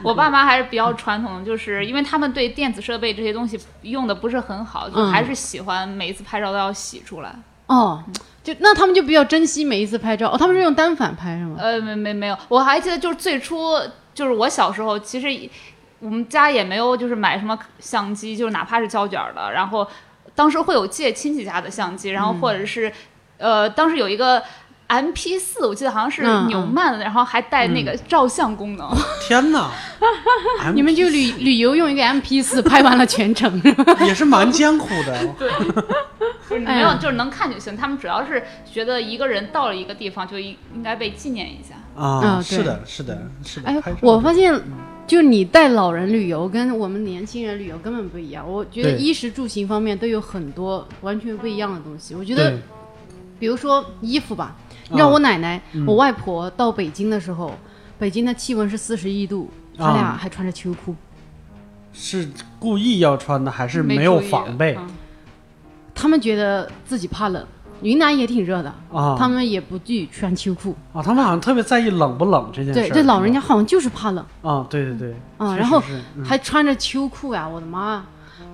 S3: 我爸妈还是比较传统的，就是因为他们对电子设备这些东西用的不是很好，就
S1: 嗯
S3: 还是喜欢每一次拍照都要洗出来。
S1: 哦，就那他们就比较珍惜每一次拍照。哦，他们是用单反拍是吗？
S3: 呃，没没没有，我还记得就是最初就是我小时候，其实我们家也没有就是买什么相机，就是哪怕是胶卷儿的，然后当时会有借亲戚家的相机，然后或
S1: 嗯
S3: 者是、呃，当时有一个 M P 四，我记得好像是
S1: 嗯嗯嗯
S3: 纽曼的，然后还带那个照相功能。
S2: 天哪！ 哎
S1: 你们就 旅旅游用一个 MP 四拍完了全程，
S2: 也是蛮艰苦 的。
S3: 就是没有，就是能看就行。他们主要是觉得一个人到了一个地方，就应应该被纪念一下。
S2: 啊，
S1: 对
S2: 是的，是的，是的。
S1: 哎
S2: 拍照，
S1: 我发现，就是你带老人旅游跟我们年轻人旅游根本不一样。我觉得
S2: 对
S1: 衣食住行方面都有很多完全不一样的东西。我觉得
S2: 对，
S1: 比如说衣服吧，
S2: 啊
S1: 让我奶奶、
S2: 嗯
S1: 我外婆到北京的时候，北京的气温是四十一度，她
S2: 啊
S1: 俩还穿着秋裤。
S2: 是故意要穿的，还是没有
S1: 啊
S2: 防备
S3: 嗯
S1: 他们觉得自己怕冷，云南也挺热的，
S2: 啊？
S1: 他们也不惧穿秋裤。
S2: 啊，他们好像特别在意冷不冷这件事儿。
S1: 对，这老人
S2: 是
S1: 家好像就是怕冷。
S2: 吧啊，对对对
S1: 啊
S2: 确实
S1: 然后
S2: 是嗯
S1: 还穿着秋裤啊呀、我的妈！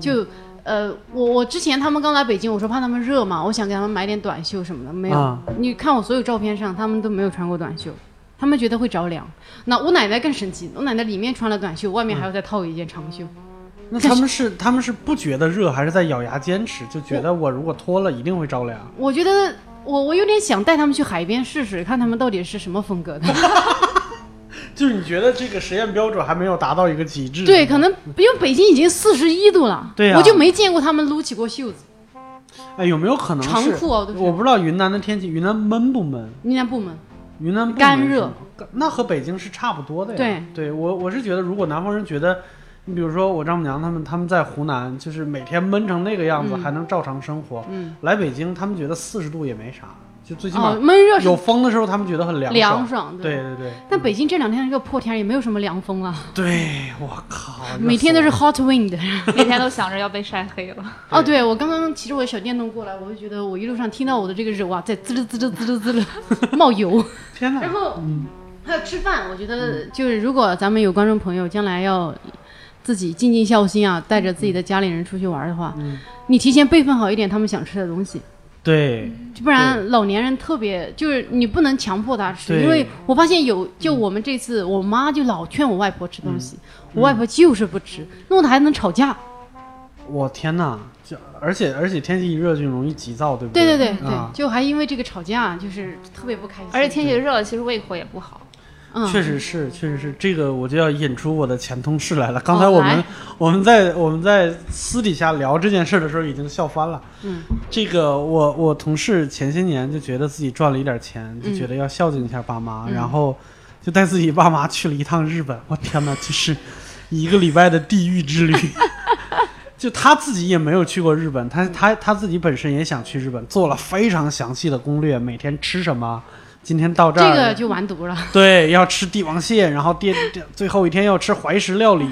S1: 就呃，我我之前他们刚来北京，我说怕他们热嘛，我想给他们买点短袖什么的，没有。
S2: 啊
S1: 你看我所有照片上，他们都没有穿过短袖，他们觉得会着凉。那我奶奶更神奇，我奶奶里面穿了短袖，外
S2: 嗯
S1: 面还要再套一件长袖。
S2: 那他们是他们是不觉得热，还是在咬牙坚持，就觉得我如果脱了一定会着凉？
S1: 我觉得我我有点想带他们去海边试试，看他们到底是什么风格的。
S2: 就是你觉得这个实验标准还没有达到一个极致？
S1: 对，可能因为北京已经四十一度了，
S2: 对呀啊
S1: 我就没见过他们撸起过袖子。
S2: 哎，有没有可能
S1: 长
S2: 是？
S1: 裤袄啊都
S2: 我
S1: 是。
S2: 不知道云南的天气，云南闷不闷？
S1: 云南部门
S2: 云南不闷
S1: 干
S2: 是
S1: 热
S2: 吗，那和北京是差不多的呀。
S1: 对，
S2: 我我是觉得，如果南方人觉得，你比如说我丈母娘他们，他们在湖南就是每天闷成那个样子，
S1: 嗯
S2: 还能照常生活。
S1: 嗯，
S2: 来北京，他们觉得四十度也没啥，就最起码
S1: 哦，闷热是
S2: 有风的时候，他们觉得很凉
S1: 凉
S2: 爽。
S1: 爽，
S2: 对。对对
S1: 但北京这两天这个破天儿也没有什么凉风了，
S2: 对，我靠，热
S1: 每天
S2: 死
S1: 都是
S2: 我
S1: hot wind。
S3: 每天都想着要被晒黑了。
S1: 哦，对，我刚刚骑着我的小电动过来，我就觉得我一路上听到我的这个肉啊，在滋溜滋溜滋溜滋溜 冒油。
S2: 天哪
S1: 然！后、还有吃饭，我觉得就是如果咱们有观众朋友将来要自己尽尽孝心啊，带着自己的家里人出去玩的话，
S2: 嗯
S1: 你提前备份好一点他们想吃的东西，
S2: 对，
S1: 不然老年人特别就是你不能强迫他吃，
S2: 对嗯
S1: 因为我发现有就我们这次，我妈就老劝我外婆吃东西，
S2: 嗯
S1: 我外婆就是不吃，弄得还能吵架。
S2: 我天哪！就而且而且天气一热就容易急躁，对不
S1: 对
S2: 对
S1: 对对对，
S2: 啊
S1: 就还因为这个吵架，就是特别不开心。
S3: 而且天气热了，其实胃口也不好。
S1: 嗯，
S2: 确实是，确实是，这个我就要引出我的前同事来了。刚才我们、
S1: 哦来
S2: 我们在我们在私底下聊这件事的时候，已经笑翻了。
S1: 嗯，
S2: 这个我我同事前些年就觉得自己赚了一点钱，就觉得要孝敬一下爸妈，
S1: 嗯
S2: 然后就带自己爸妈去了一趟日本。我天哪，这是一个礼拜的地狱之旅。 就他自己也没有去过日本，
S1: 嗯
S2: 他他他自己本身也想去日本，做了非常详细的攻略，每天吃什么，今天到这
S1: 这
S2: 儿，
S1: 个就完犊了。
S2: 对，要吃帝王蟹，然后第第最后一天要吃怀石料理，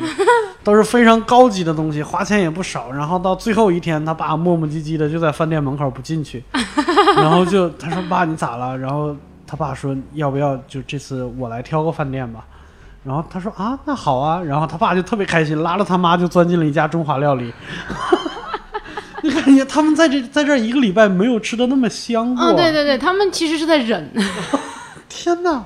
S2: 都是非常高级的东西，花钱也不少。然后到最后一天，他爸磨磨唧唧的就在饭店门口不进去，然后就他说：“爸，你咋了？”然后他爸说：“要不要就这次我来挑个饭店吧？”然后他说：“啊，那好啊。”然后他爸就特别开心，拉着他妈就钻进了一家中华料理。你感觉他们在这在这儿一个礼拜没有吃的那么香过，
S1: 嗯，对对对，他们其实是在忍。
S2: 天哪，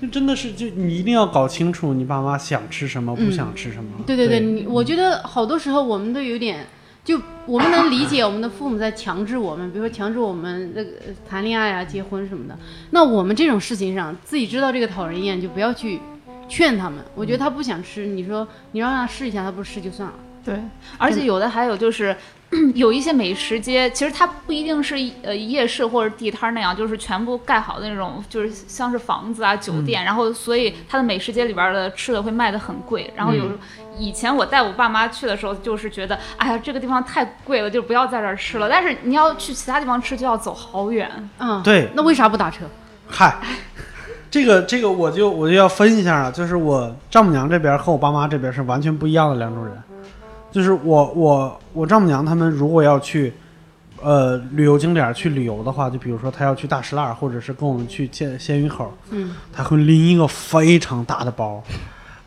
S2: 就真的是，就你一定要搞清楚你爸妈想吃什么，不想吃什么。
S1: 嗯对对
S2: 对
S1: 对，你我觉得好多时候我们都有点，就我们能理解我们的父母在强制我们，比如说强制我们那个呃谈恋爱啊、结婚什么的。那我们这种事情上，自己知道这个讨人厌，就不要去劝他们。我觉得他不想吃，你说你让他试一下，他不吃就算了。
S3: 对，而且有的还有就是。 有一些美食街，其实它不一定是呃夜市或者地摊儿那样，就是全部盖好的那种，就是像是房子啊、酒店，然后所以它的美食街里边儿的吃的会卖的很贵。然后有、以前我带我爸妈去的时候，就是觉得哎呀这个地方太贵了，就不要在这儿吃了。但是你要去其他地方吃，就要走 好远。
S1: 嗯，
S2: 对
S1: 那为啥不打车？
S2: 嗨，这个这个我就我就要分一下了，就是我丈母娘这边和我爸妈这边是完全不一样的两种人。就是我我我丈母娘他们如果要去，呃，旅游景点儿去旅游的话，就比如说她要去大石栏，或者是跟我们去仙仙鱼口，
S1: 嗯，
S2: 他会拎一个非常大的包，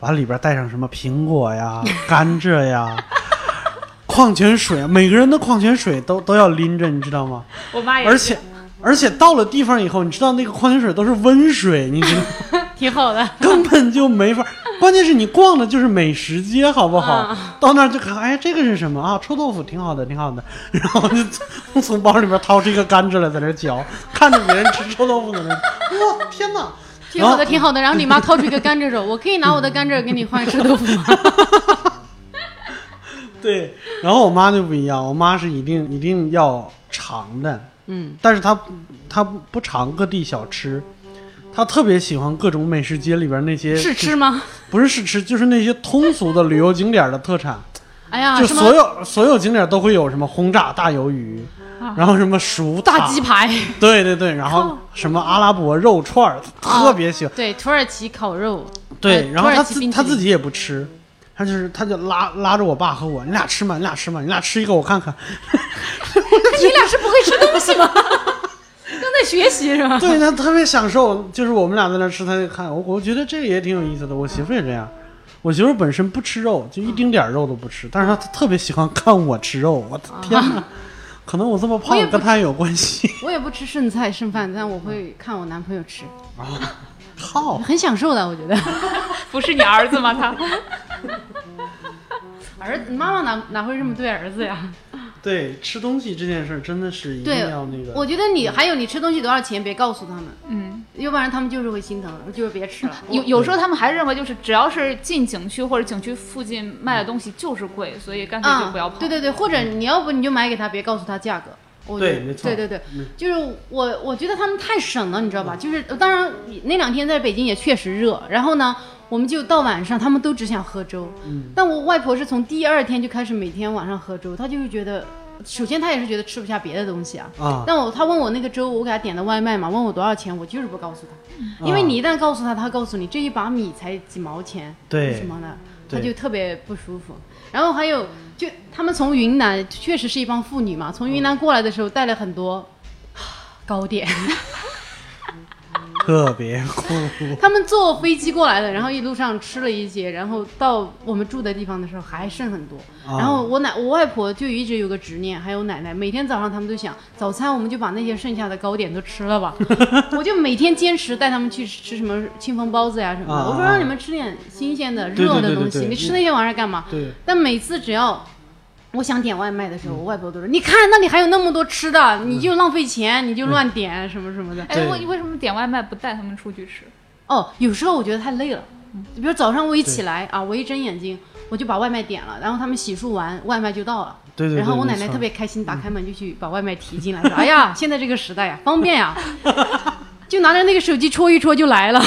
S2: 完了里边带上什么苹果呀、甘蔗呀、矿泉水，每个人的矿泉水都都要拎着，你知道吗？
S3: 我妈也
S2: 而
S3: 是
S2: 且而且到了地方以后，你知道那个矿泉水都是温水，你知道
S1: 挺好的。
S2: 根本就没法。关键是你逛的就是美食街，好不好？
S1: 啊
S2: 到那儿就看，哎，这个是什么啊？臭豆腐，挺好的，挺好的。 然后就从从包里边掏出一个甘蔗来，在那儿嚼，看着别人吃臭豆腐在那儿， 哇，天哪！
S1: 挺
S2: 哦
S1: 好的，挺好的。然后你妈掏出一个甘蔗肉，我可以拿我的甘蔗给你换臭豆腐 吗？
S2: 对，然后我妈就不一样，我妈是一定一定要尝的，
S1: 嗯，
S2: 但是她她不尝各地小吃，她特别喜欢各种美食街里边那些
S1: 试吃吗？
S2: 不是试吃，就是那些通俗的旅游景点的特产，
S1: 哎呀，
S2: 就
S1: 什么
S2: 所有所有景点都会有什么轰炸大鱿鱼，然后什么熟
S1: 啊大
S2: 塔
S1: 鸡，排，哦
S2: 对对对，然后什么阿拉伯肉串儿，特别喜欢。
S1: 对，土耳其烤肉，
S2: 对，
S1: 呃
S2: 然后
S1: 土
S2: 他
S1: 耳其
S2: 自
S1: 冰淇
S2: 他
S1: 淋
S2: 自己也不吃，他就是他就拉拉着我爸和我，你俩吃嘛，你俩吃嘛，你俩吃一个我看看。
S1: 你俩是不会吃东 西吗？正在学习是吧？
S2: 对他特别享受，就是我们俩在那吃，他就看我，我觉得这个也挺有意思的。我媳妇也这样，我媳妇本身不吃肉，就一丁点儿肉都不吃，但是她特别喜欢看我吃肉，我的天哪！ 可能我这么胖
S1: 啊我也不
S2: 跟她也有关系。
S1: 我也不吃剩菜剩饭，但我会看我男朋友吃，
S2: 靠，
S1: 很享受的，我觉得。
S3: 不是你儿子吗？他
S1: 儿子妈妈哪哪会这么对儿子呀？
S2: 对，吃东西这件事儿真的是一定
S1: 对
S2: 要那
S1: 我
S2: 个。
S1: 觉得你还有你吃东西多少钱，别告诉他们，
S3: 嗯。
S1: 要不然他们就是会心疼，就是别 吃了。
S3: 有有时候他们还认为，就是只要是进景区或者景区附近卖的东西就是贵，所以干脆就
S1: 啊
S3: 不要跑。
S1: 对对对，或者你要不你就买给他，别告诉他价格。我
S2: 对
S1: 觉得
S2: 没错
S1: 对对对
S2: 嗯，
S1: 就是我我觉得他们太省了，你知道吧？就是呃当然那两天在北京也确实热，然后呢，我们就到晚上，他们都只想喝粥。
S2: 嗯
S1: 但我外婆是从第二天就开始每天晚上喝粥，她就是觉得，首先她也是觉得吃不下别的东西啊。
S2: 啊，
S1: 但我她问我那个粥，我给她点的外卖嘛，问我多少钱，我就是不告诉她，因为
S2: 啊
S1: 你一旦告诉她，她告诉你这一把米才几毛钱，
S2: 对
S1: 什么的，她
S2: 对
S1: 就特别不舒服。然后还有，就他们从云南确实是一帮妇女嘛，从
S2: 嗯
S1: 云南过来的时候带了很多啊糕点，
S2: 特别酷。
S1: 他们坐飞机过来的，然后一路上吃了一些，然后到我们住的地方的时候还剩很多。
S2: 啊
S1: 然后我奶我外婆就一直有个执念，还有奶奶，每天早上他们都想早餐我们就把那些剩下的糕点都吃了 吧。我就每天坚持带他们去吃什么清风包子呀、什么的，
S2: 啊
S1: 我说
S2: 啊
S1: 让你们吃点新鲜的
S2: 对
S1: 热
S2: 对
S1: 的
S2: 对
S1: 东西，
S2: 对对
S1: 你吃那些玩意儿干嘛？
S2: 对，
S1: 但每次只要我想点外卖的时候，我外婆都说：“你看那里还有那么多吃的，你就浪费钱，你就乱点什么什么的。”
S3: 哎，
S2: 对
S3: 为为什么点外卖不带他们出去吃？
S1: 哦，有时候我觉得太累了，比如早上我一起来啊，我一睁眼睛我就把外卖点了，然后他们洗漱完外卖就到了。
S2: 对对对
S1: 然后我
S2: 没
S1: 奶奶
S2: 错嗯
S1: 特别开心，打开门就去把外卖提进来，说：“哎 呀，现在这个时代呀，啊方便呀。”就拿着那个手机戳一戳就来 了，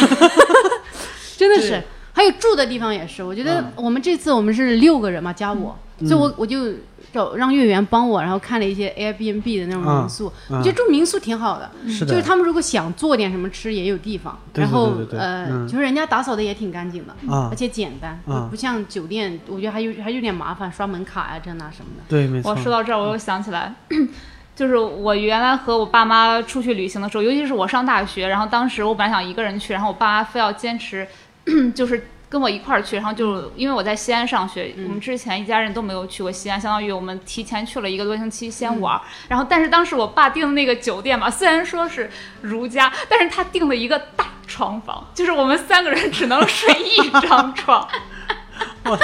S1: 真的是
S2: 对。嗯
S1: 还有住的地方也是，我觉得我们这次我们是六个人嘛，加我，所以我我就找让月圆帮我，然后看了一些 Airbnb 的那种
S2: 嗯
S1: 民宿，
S2: 嗯
S1: 我觉得住民宿挺好的，
S2: 是的，
S1: 就是他们如果想做点什么吃，也有地方。
S2: 对
S1: 然后
S2: 对对对对
S1: 呃，
S2: 嗯
S1: 就是人家打扫的也挺干净的，
S2: 啊
S1: 而且简单，
S2: 啊
S1: 不像酒店，我觉得还有还有点麻烦，刷门卡呀、啊这那什么的。
S2: 对，没错
S3: 我。说到这儿，我又想起来， 就是我原来和我爸妈出去旅行的时候，尤其是我上大学，然后当时我本来想一个人去，然后我爸妈非要坚持，就是。跟我一块儿去，然后就因为我在西安上学，
S2: 嗯
S3: 我们之前一家人都没有去过西安，相当于我们提前去了一个多星期先
S2: 嗯
S3: 玩儿。然后，但是当时我爸订的那个酒店嘛，虽然说是如家，但是他订了一个大床房，就是我们三个人只能睡一张床。
S2: 我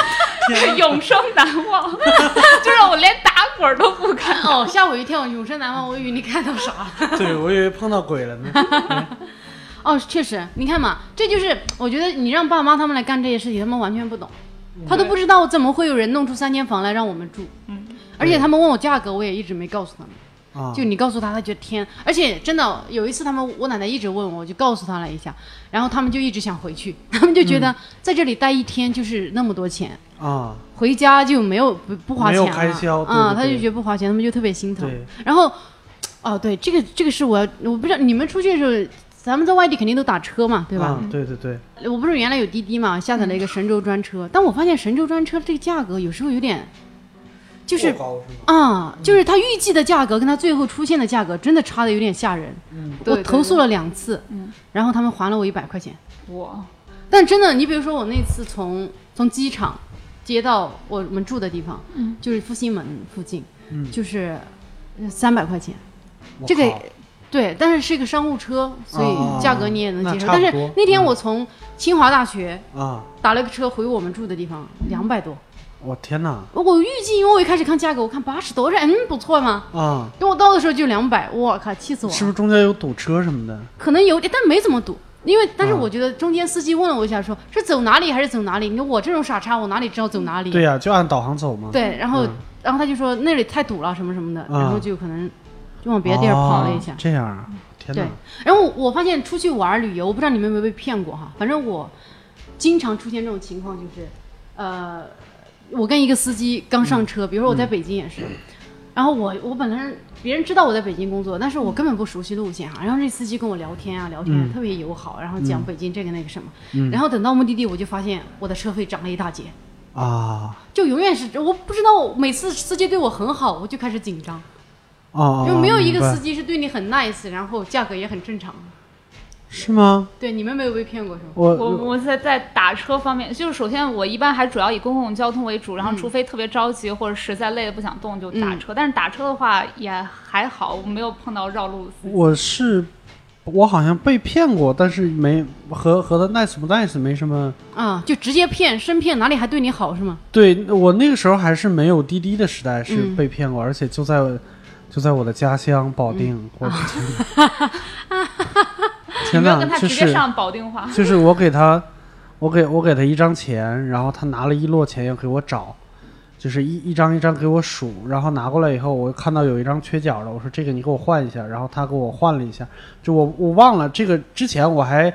S2: 天
S3: 永生难忘， 就让我连打滚儿都不 敢。
S1: 哦，吓我一跳，永生难忘，我以为你看到啥了。
S2: 哪，对我以为碰到鬼了 呢。
S1: 哦，确实，你看嘛，这就是我觉得你让爸妈他们来干这些事情，他们完全不懂，他都不知道怎么会有人弄出三间房来让我们住。
S3: 嗯，
S1: 而且他们问我价格，我也一直没告诉他们。
S2: 啊，
S1: 就你告诉他，他觉得天，而且真的有一次，他们我奶奶一直问我，我就告诉他了一下，然后他们就一直想回去， 他们就觉得在这里待一天就是那么多钱，
S2: 啊，
S1: 回家就没有不不花
S2: 没
S1: 钱
S2: 有
S1: 了，
S2: 开销对
S1: 啊、
S2: 对
S1: 他就
S2: 对
S1: 觉得不花钱，他们就特别心疼
S2: 对。
S1: 然后，哦，对，这个这个是我要，我不知道你们出去的时候，咱们在外地肯定都打车嘛，对吧？
S2: 啊对对对，
S1: 我不是原来有滴滴嘛，下载了一个神州专车，但我发现神州专车这个价格有时候有点，就是
S2: 过高是吗？
S1: 啊，就是他预计的价格跟他最后出现的价格真的差的有点吓人。
S2: 嗯
S1: 我
S3: 对
S1: 投诉了两次，
S3: 嗯
S1: 然后他们还了我一百块钱。
S3: 我，
S1: 但真的，你比如说我那次从从机场接到我们住的地方，
S3: 嗯
S1: 就是复兴门附近，
S2: 嗯
S1: 就是三百块钱。
S2: 我
S1: 这个
S2: 靠
S1: 对，但是是一个商务车，所
S2: 哦
S1: 以价格你也能
S2: 那
S1: 接受。
S2: 差
S1: 但
S2: 不
S1: 是
S2: 多
S1: 那天
S2: 嗯
S1: 我从清华大学
S2: 啊，
S1: 打了个车回我们住的地方，两百多。
S2: 我天哪
S1: 我预计，因为我一开始看价格，我看八十多，我说嗯不错嘛。
S2: 啊！
S1: 等我到的时候就两百，我靠，气死我了！
S2: 是不是中间有堵车什么的？
S1: 可能有点，但没怎么堵。因为，但是
S2: 啊
S1: 我觉得中间司机问了我一下说，是走哪里还是走哪里？你说我这种傻叉，我哪里知道走哪里？
S2: 对呀、就按导航走嘛。
S1: 对然后、
S2: 嗯
S1: 然后他就说那里太堵了什么什么的，
S2: 啊
S1: 然后就可能就往别的地儿跑了一下。
S2: 哦这样啊，天
S1: 对
S2: 哪！，
S1: 然后我我发现出去玩儿旅游，我不知道你们有没有被骗过哈，反正我经常出现这种情况，就是，呃，我跟一个司机刚
S2: 嗯
S1: 上车，比如说我在北京也是，然后我我本来是别人知道我在北京工作，但是我根本不熟悉路线哈，然后这司机跟我聊天啊聊天啊、
S2: 嗯
S1: 特别友好，然后讲北京这个那个什么，
S2: 嗯
S1: 然后等到目的地我就发现我的车费涨了一大截，
S2: 啊
S1: 就永远是我不知道每次司机对我很好，我就开始紧张，
S2: 哦，
S1: 就没有一个司
S2: 机
S1: 机是对你很 nice，然后价格也很正常。
S2: 是吗？
S1: 对，你们没有被骗过是吗？
S2: 我
S3: 我我在在打车方面，就是首先我一般还主要以公共交通为主，然后除非特别着急或者实在累的不想动就打车，但是打车的话也还好，我没有碰到绕路的司机。
S2: 我是我好像被骗过，但是没和和他 nice 不 nice 没什么。
S1: 啊，就直接骗，生骗，哪里还对你好是吗？
S2: 对我那个时候还是没有滴滴的时代，是
S1: 嗯
S2: 被骗过，而且就在就在我的家乡保定，
S1: 嗯
S2: 我的天
S1: 哦
S2: 哪！
S3: 你
S2: 天
S3: 没有跟
S2: 哪，
S3: 他
S2: 就
S3: 直接
S2: 是
S3: 上保定话，
S2: 就是我给他，我给我给他一张钱，然后他拿了一摞钱要给我找，就是一一张一张给我数，然后拿过来以后，我看到有一张缺角的，我说这个你给我换一下，然后他给我换了一下，就我我忘了这个之前我还，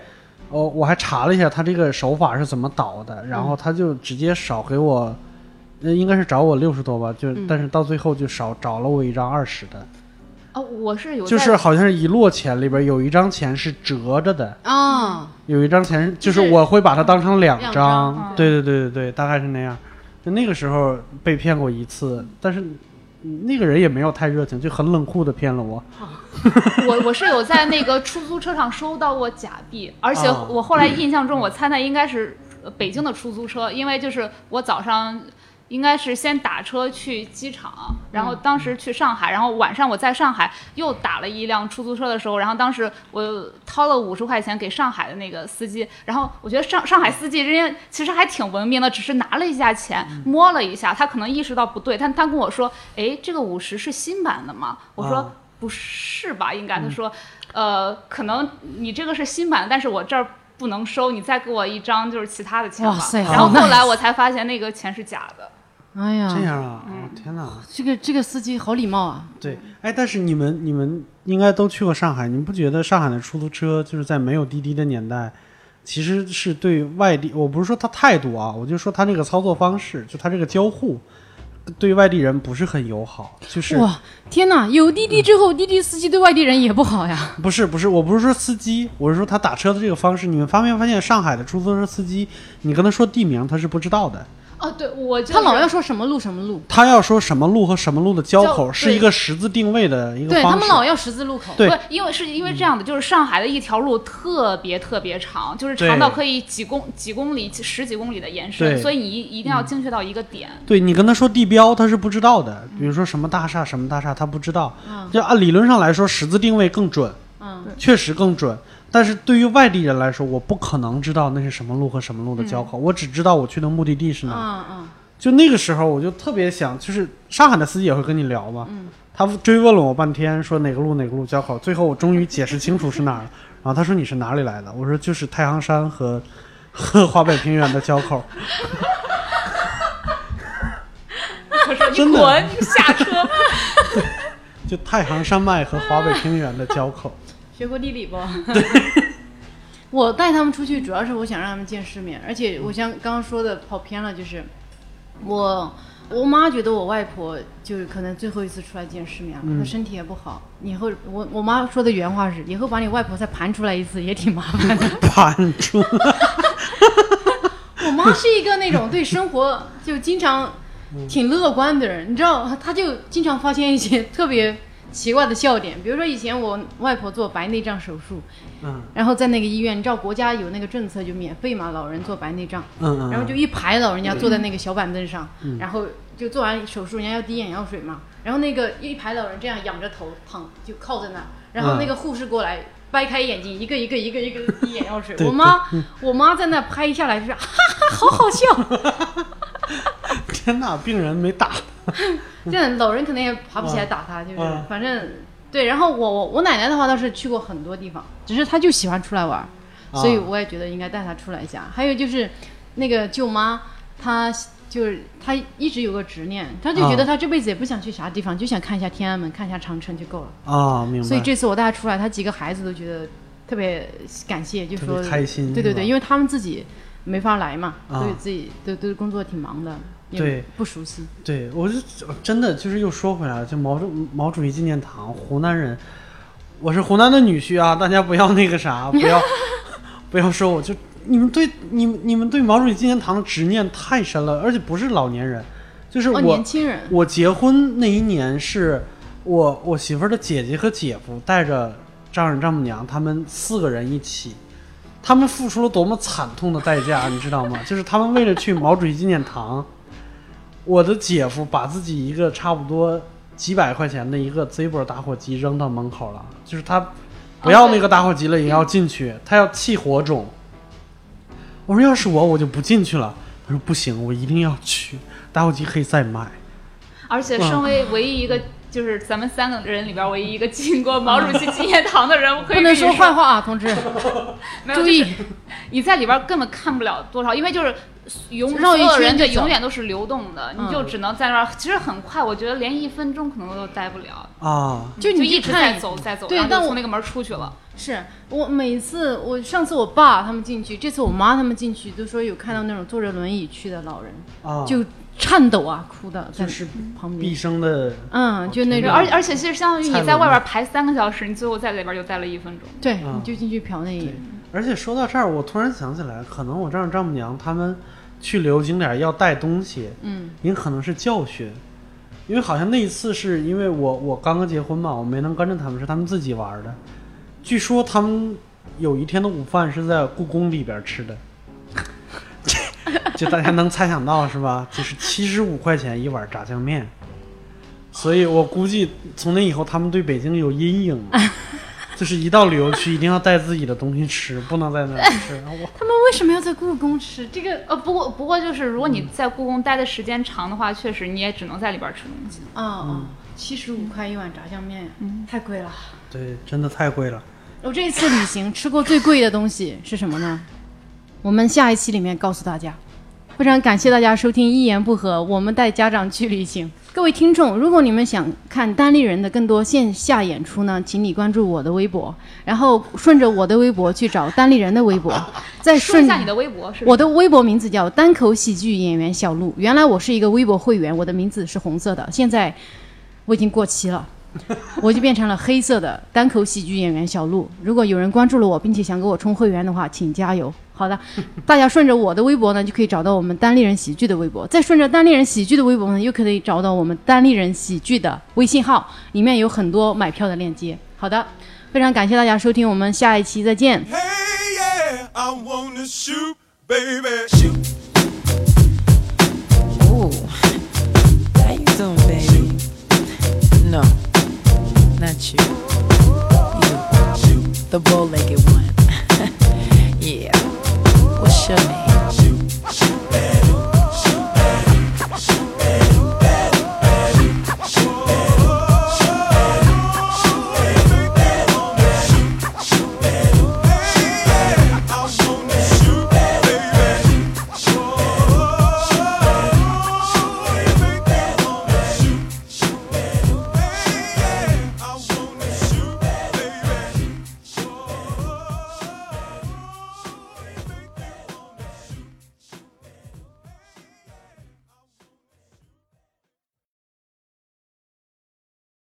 S2: 哦我还查了一下他这个手法是怎么倒
S3: 嗯
S2: 的，然后他就直接少给我，呃应该是找我六十多吧，就、
S1: 嗯
S2: 但是到最后就少找了我一张二十的，
S3: 哦，我是有在
S2: 就是好像是一摞钱里边有一张钱是折着的，
S1: 啊，
S2: 有一张钱是
S1: 就
S2: 就
S1: 是
S2: 是我会把它当成两
S1: 两
S2: 张
S1: 张，嗯
S2: 对对对对对，大概是那样。就那个时候被骗过一次，但是那个人也没有太热情，就很冷酷的骗了我。
S3: 我我是有在那个出租车上收到过假币，而且
S2: 啊
S3: 我后来印象中，我猜那应该是呃北京的出租车，因为就是我早上。应该是先打车去机场，然后当时去上海，然后晚上我在上海又打了一辆出租车的时候，然后当时我掏了五十块钱给上海的那个司机，然后我觉得上上海司机人家其实还挺文明的，只是拿了一下钱，摸了一下，他可能意识到不对，但他跟我说，哎，这个五十是新版的吗？我说、
S2: 啊
S3: 不是吧？应该他说，呃，可能你这个是新版的，但是我这儿不能收，你再给我一张就是其他的钱吧
S1: 哇。塞
S3: 然后
S1: 好 nice
S3: 后来我才发现那个钱是假的。
S1: 哎
S2: 这
S1: 呀，
S2: 样啊，我天哪！
S1: 这个这个司机好礼貌啊，
S2: 对，哎，但是你们你们应该都去过上海，你们不觉得上海的出租车就是在没有滴滴的年代，其实是对外地，我不是说他态度啊，我就说他这个操作方式，就他这个交互，对外地人不是很友好，就是
S1: 哇，天哪，有滴滴之后，滴滴司机对外地人也不好呀，
S2: 不是不是，我不是说司机，我是说他打车的这个方式。你们发没发现上海的出租车司机，你跟他说地名，他是不知道的。
S3: 哦，对，我就
S1: 他老
S3: 是
S1: 要说什么路什么路，
S2: 他要说什么路和什么路的交口
S3: 交
S2: 是一个十字定位的一个
S1: 对他
S2: 方
S1: 们
S2: 式。
S1: 老要十字路口，
S2: 对
S3: 不，因为是因
S2: 嗯
S3: 为这样的，就是上海的一条路特别特别长，就是
S2: 对
S3: 长到可以几公几公里、十几公里的延
S2: 对嗯
S3: 伸，所以你一一定要精确到一个点。
S2: 对你跟他说地标，他是不知道的。比如说什么大厦什么大厦，他不知道。
S1: 嗯
S2: 就按理论上来说，十字定位更准，
S1: 嗯，
S2: 确实更准。但是对于外地人来说，我不可能知道那是什么路和什么路的交口，我只知道我去的目的地是哪儿。
S1: 嗯嗯，
S2: 就那个时候，我就特别想，就是上海的司机也会跟你聊嘛，
S3: 嗯
S2: 他追问了我半天，说哪个路哪个路交口，最后我终于解释清楚是哪儿了。然后他说你是哪里来的？我说就是太行山和 和华北平原的交口。
S3: 我说你
S2: 真的
S3: 滚，你下车。
S2: 就太行山脉和华北平原的交口。
S1: 学过地理不？ 我带他们出去，主要是我想让他们见世面，而且我像刚刚说的跑偏了，就是我我妈觉得我外婆就是可能最后一次出来见世面了，她身体也不好，以后我我妈说的原话是，以后把你外婆再盘出来一次也挺麻烦 的。
S2: 盘住，
S1: 我妈是一个那种对生活就经常挺乐观的人，你知道，她就经常发现一些特别奇怪的笑点，比如说以前我外婆做白内障手术，
S2: 嗯
S1: 然后在那个医院，你知道国家有那个政策就免费嘛，老人做白内障，
S2: 嗯嗯，
S1: 然后就一排老人家坐在那个小板凳上，然后就做完手术，人家要滴眼药水嘛，然后那个一排老人这样仰着头躺就靠在那儿，然后那个护士过来。掰开眼睛，一个一个一个一个滴眼药水。
S2: 对
S1: 我妈，我妈在那拍下来，就是哈哈，好好笑。
S2: 天呐，病人没打，
S1: 这样老人可能也爬不起来打他，就是
S2: 嗯
S1: 反正对。然后我我我奶奶的话倒是去过很多地方，只是她就喜欢出来玩儿，
S2: 啊
S1: 所以我也觉得应该带她出来一下。还有就是那个舅妈，她就是她一直有个执念，她就觉得
S2: 啊
S1: 她这辈子也不想去啥地方，就想看一下天安门，看一下长城就够了。
S2: 啊，明白。
S1: 所以这次我带她出来，她几个孩子都觉得特别感谢，就
S2: 特
S1: 说
S2: 别开心
S1: 对对
S2: 是吧
S1: 对，因为他们自己没法来嘛，
S2: 啊
S1: 所以自己都都工作挺忙的，也
S2: 对
S1: 不熟悉。
S2: 对我就真的就是又说回来了，就毛主毛主席纪念堂，湖南人，我是湖南的女婿啊，大家不要那个啥，不要不要说我就你们对你们你们对毛主席纪念堂的执念太深了，而且不是老年人，就是我、
S1: 哦，年轻人，
S2: 我结婚那一年是我我媳妇儿的姐姐和姐夫带着丈人丈母娘他们四个人一起，他们付出了多么惨痛的代价，你知道吗？就是他们为了去毛主席纪念堂，我的姐夫把自己一个差不多几百块钱的一个 Zippo 打火机扔到门口了，就是他不要那个打火机了，也要进去，他要气火种。我说要是我，我就不进去了。他说不行，我一定要去，打火机可以再买。
S3: 而且身为唯一一个，就是咱们三个人里边唯一一个进过毛主席纪念堂的人，我
S1: 不
S3: 可以
S1: 能
S3: 跟你
S1: 说坏话啊，同志，
S3: 没有
S1: 注
S3: 就是
S1: 意。
S3: 你在里边根本看不了多少，因为就是永
S1: 绕
S3: 所
S1: 一圈
S3: 有人
S1: 就
S3: 对
S1: 走
S3: 永远都是流动的，
S1: 嗯
S3: 你就只能在那儿，其实很快，我觉得连一分钟可能都待不了，
S2: 啊，
S1: 就你就
S3: 就一直
S1: 看
S3: 在走在走，
S1: 对
S3: 然后就
S1: 但我
S3: 从那个门出去了。
S1: 是我每次我上次我爸他们进去，这次我妈他们进去都说有看到那种坐着轮椅去的老人，
S2: 啊，
S1: 就颤抖啊，哭的在
S2: 就是哦
S1: 旁
S2: 毕
S1: 边，
S2: 生的
S1: 嗯，就那
S2: 对
S1: 种，
S3: 而
S1: 而
S3: 而且其实相当于
S2: 蔡
S3: 你
S2: 伦
S3: 在外
S2: 嘛
S3: 边排三个小时，你最后在里边就待了一分钟。
S1: 对，
S2: 嗯
S1: 你就进去瞟那一眼，
S2: 而且说到这儿，我突然想起来，可能我丈母丈母娘他们去旅游景点要带东西，
S1: 嗯，
S2: 也可能是教训，因为好像那一次是因为我我刚刚结婚嘛，我没能跟着他们，是他们自己玩的。据说他们有一天的午饭是在故宫里边吃的， 就大家能猜想到是吧？就是七十五块钱一碗炸酱面，所以我估计从那以后他们对北京有阴影了。就是一到旅游区，一定要带自己的东西吃，不能在那儿吃。然后我
S1: 他们为什么要在故宫吃这个
S3: 呃，不过不过就是，如果
S1: 嗯
S3: 你在故宫待的时间长的话，确实你也只能在里边吃东西。
S1: 啊
S2: 嗯
S1: 啊？七十五块一碗炸酱面，太贵了。
S2: 对，真的太贵了。
S1: 我哦这一次旅行吃过最贵的东西是什么呢？我们下一期里面告诉大家。非常感谢大家收听《一言不合》，我们带家长去旅行。各位听众，如果你们想看单立人的更多线下演出呢，请你关注我的微博，然后顺着我的微博去找单立人的微博，再
S3: 说一
S1: 顺
S3: 下你的微博是
S1: 我的微博名字叫单口喜剧演员小鹿。原来我是一个微博会员，我的名字是红色的，现在我已经过期 了，我就变成了黑色的单口喜剧演员小鹿。如果有人关注了我，并且想给我充会员的话，请加油。好 的，大家顺着我的微博呢，就可以找到我们单立人喜剧的微博；再顺着单立人喜剧的微博呢，又可以找到我们单立人喜剧的微信号，里面有很多买票的链接。好的，非常感谢大家收听，我们下一期再见。
S4: Hey, yeah, I wanna shoot, baby. Shoot,
S5: Ooh. How you doing, baby? No, not you. You. The bowling